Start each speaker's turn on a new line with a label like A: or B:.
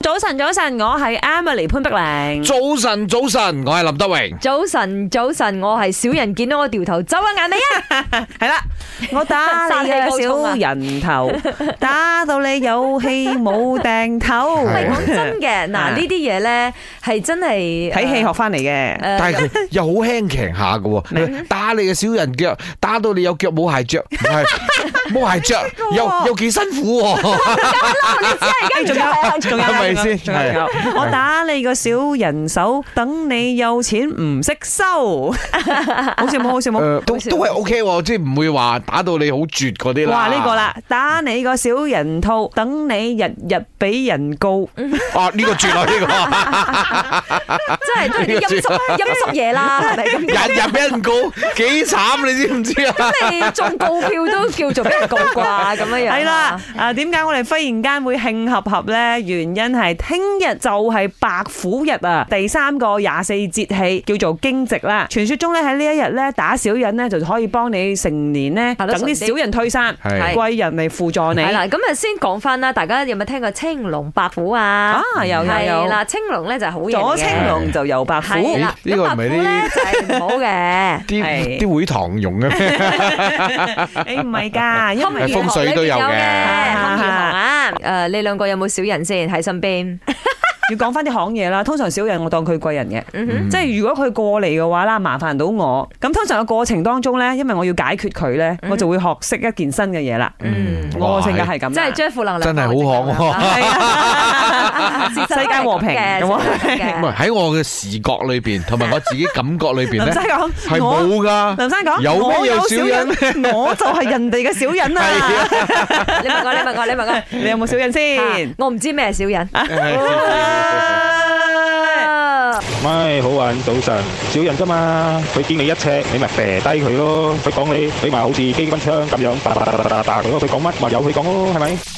A: 早晨，早晨，我係 Emily 潘碧玲。
B: 早晨，早晨，我系林德荣。
A: 早晨，早晨，我係小人見到我掉頭走啊眼你 啊！
C: 系啦，我 打你嘅小人頭，打到你有氣冇掟頭。
A: 喂，講 真嘅，嗱
C: 啊
A: 呢啲嘢咧係真係
C: 睇戲學翻嚟嘅，
A: 誒
B: 但系佢又好輕騎下嘅喎，打你嘅小人腳，打到你有腳 冇鞋着，唔係冇鞋着，又又幾辛 苦喎。
C: 仲有仲有
B: 係咪先
C: 仲有仲有，我打你個小人手，等你有錢唔識收， 好笑冇好笑冇。
B: 誒都都係 OK 喎，即係唔會話打到你好絕嗰啲啦。
C: 哇！呢個啦，打你個小人套，等你日日俾人告。
B: 啊呢個絕 啦呢
A: 真係都係啲陰濕陰濕嘢啦，係咪咁
B: 個，？日日俾人告，幾慘你知唔知啊？
A: 咁你中告票都叫做俾人 告啩咁樣樣啊。
C: 係啦，啊點解我哋忽然間會慶合合呢？原因係聽日就係白虎日啊，第三個廿四節氣叫做驚蛰啦。傳說中咧喺呢一日咧打小人呢，就可以幫你成年呢，等
A: 行得順啲
C: 啲小人退散，
B: 係
C: 貴人嚟輔助你。
A: 係啦，咁啊先講翻啦，大家有冇聽過青龍白虎啊？
C: 啊有有有
A: 係啦，青龍咧就係好嘢嘅
C: 左青龍就右白虎
A: 係。啦，
B: 咦呢個
A: 咁
B: 唔係
A: 白虎
B: 啲
A: 咧就係唔好 嘅。
B: 啲
C: 係
B: 啲會堂用 嘅咩？
C: 誒唔係㗎，因
A: 堪
C: 為
A: 輿學
B: 風水都有嘅
A: 裏邊堪輿學啊！誒，你兩個有冇小人先喺身邊？
C: 要講翻啲行嘢啦。通常小人我當佢貴人嘅。
A: 嗯哼
C: 即係如果佢過嚟嘅話啦，麻煩到我。咁通常嘅過程當中呢，因為我要解決佢呢，我就會學識一件新嘅嘢啦。
A: 嗯，
C: 我嘅性格係咁啦，
A: 即係將負能量
B: 啊真係好
A: 啊
B: 行喎
C: 係啊
A: 事實
C: 世界和平
A: 係
C: 咁
A: 咁
C: 啊！
A: 嘅
B: 唔
A: 嘅
B: 係喺我嘅視覺裏邊，同埋我自己感覺裏邊
C: 林
B: 咧
C: 生，
B: 係
C: 講我，
B: 冇㗎。
C: 林生講
B: 有咩
C: 我
B: 有
C: 有
B: 小
C: 小
B: 人
C: 人，我就係人哋嘅小人
B: 係
C: 啊！
A: 你問我，你問我，你問我
C: 你有冇小人 先
A: 啊，？我唔知咩係 小人。啊
D: 咪好運早晨，小人啫嘛，佢見你一尺，你咪射低佢咯。佢講你，你咪好似機關槍咁樣，嗒嗒嗒嗒嗒嗒佢咯。佢講乜咪由佢講咯，係咪？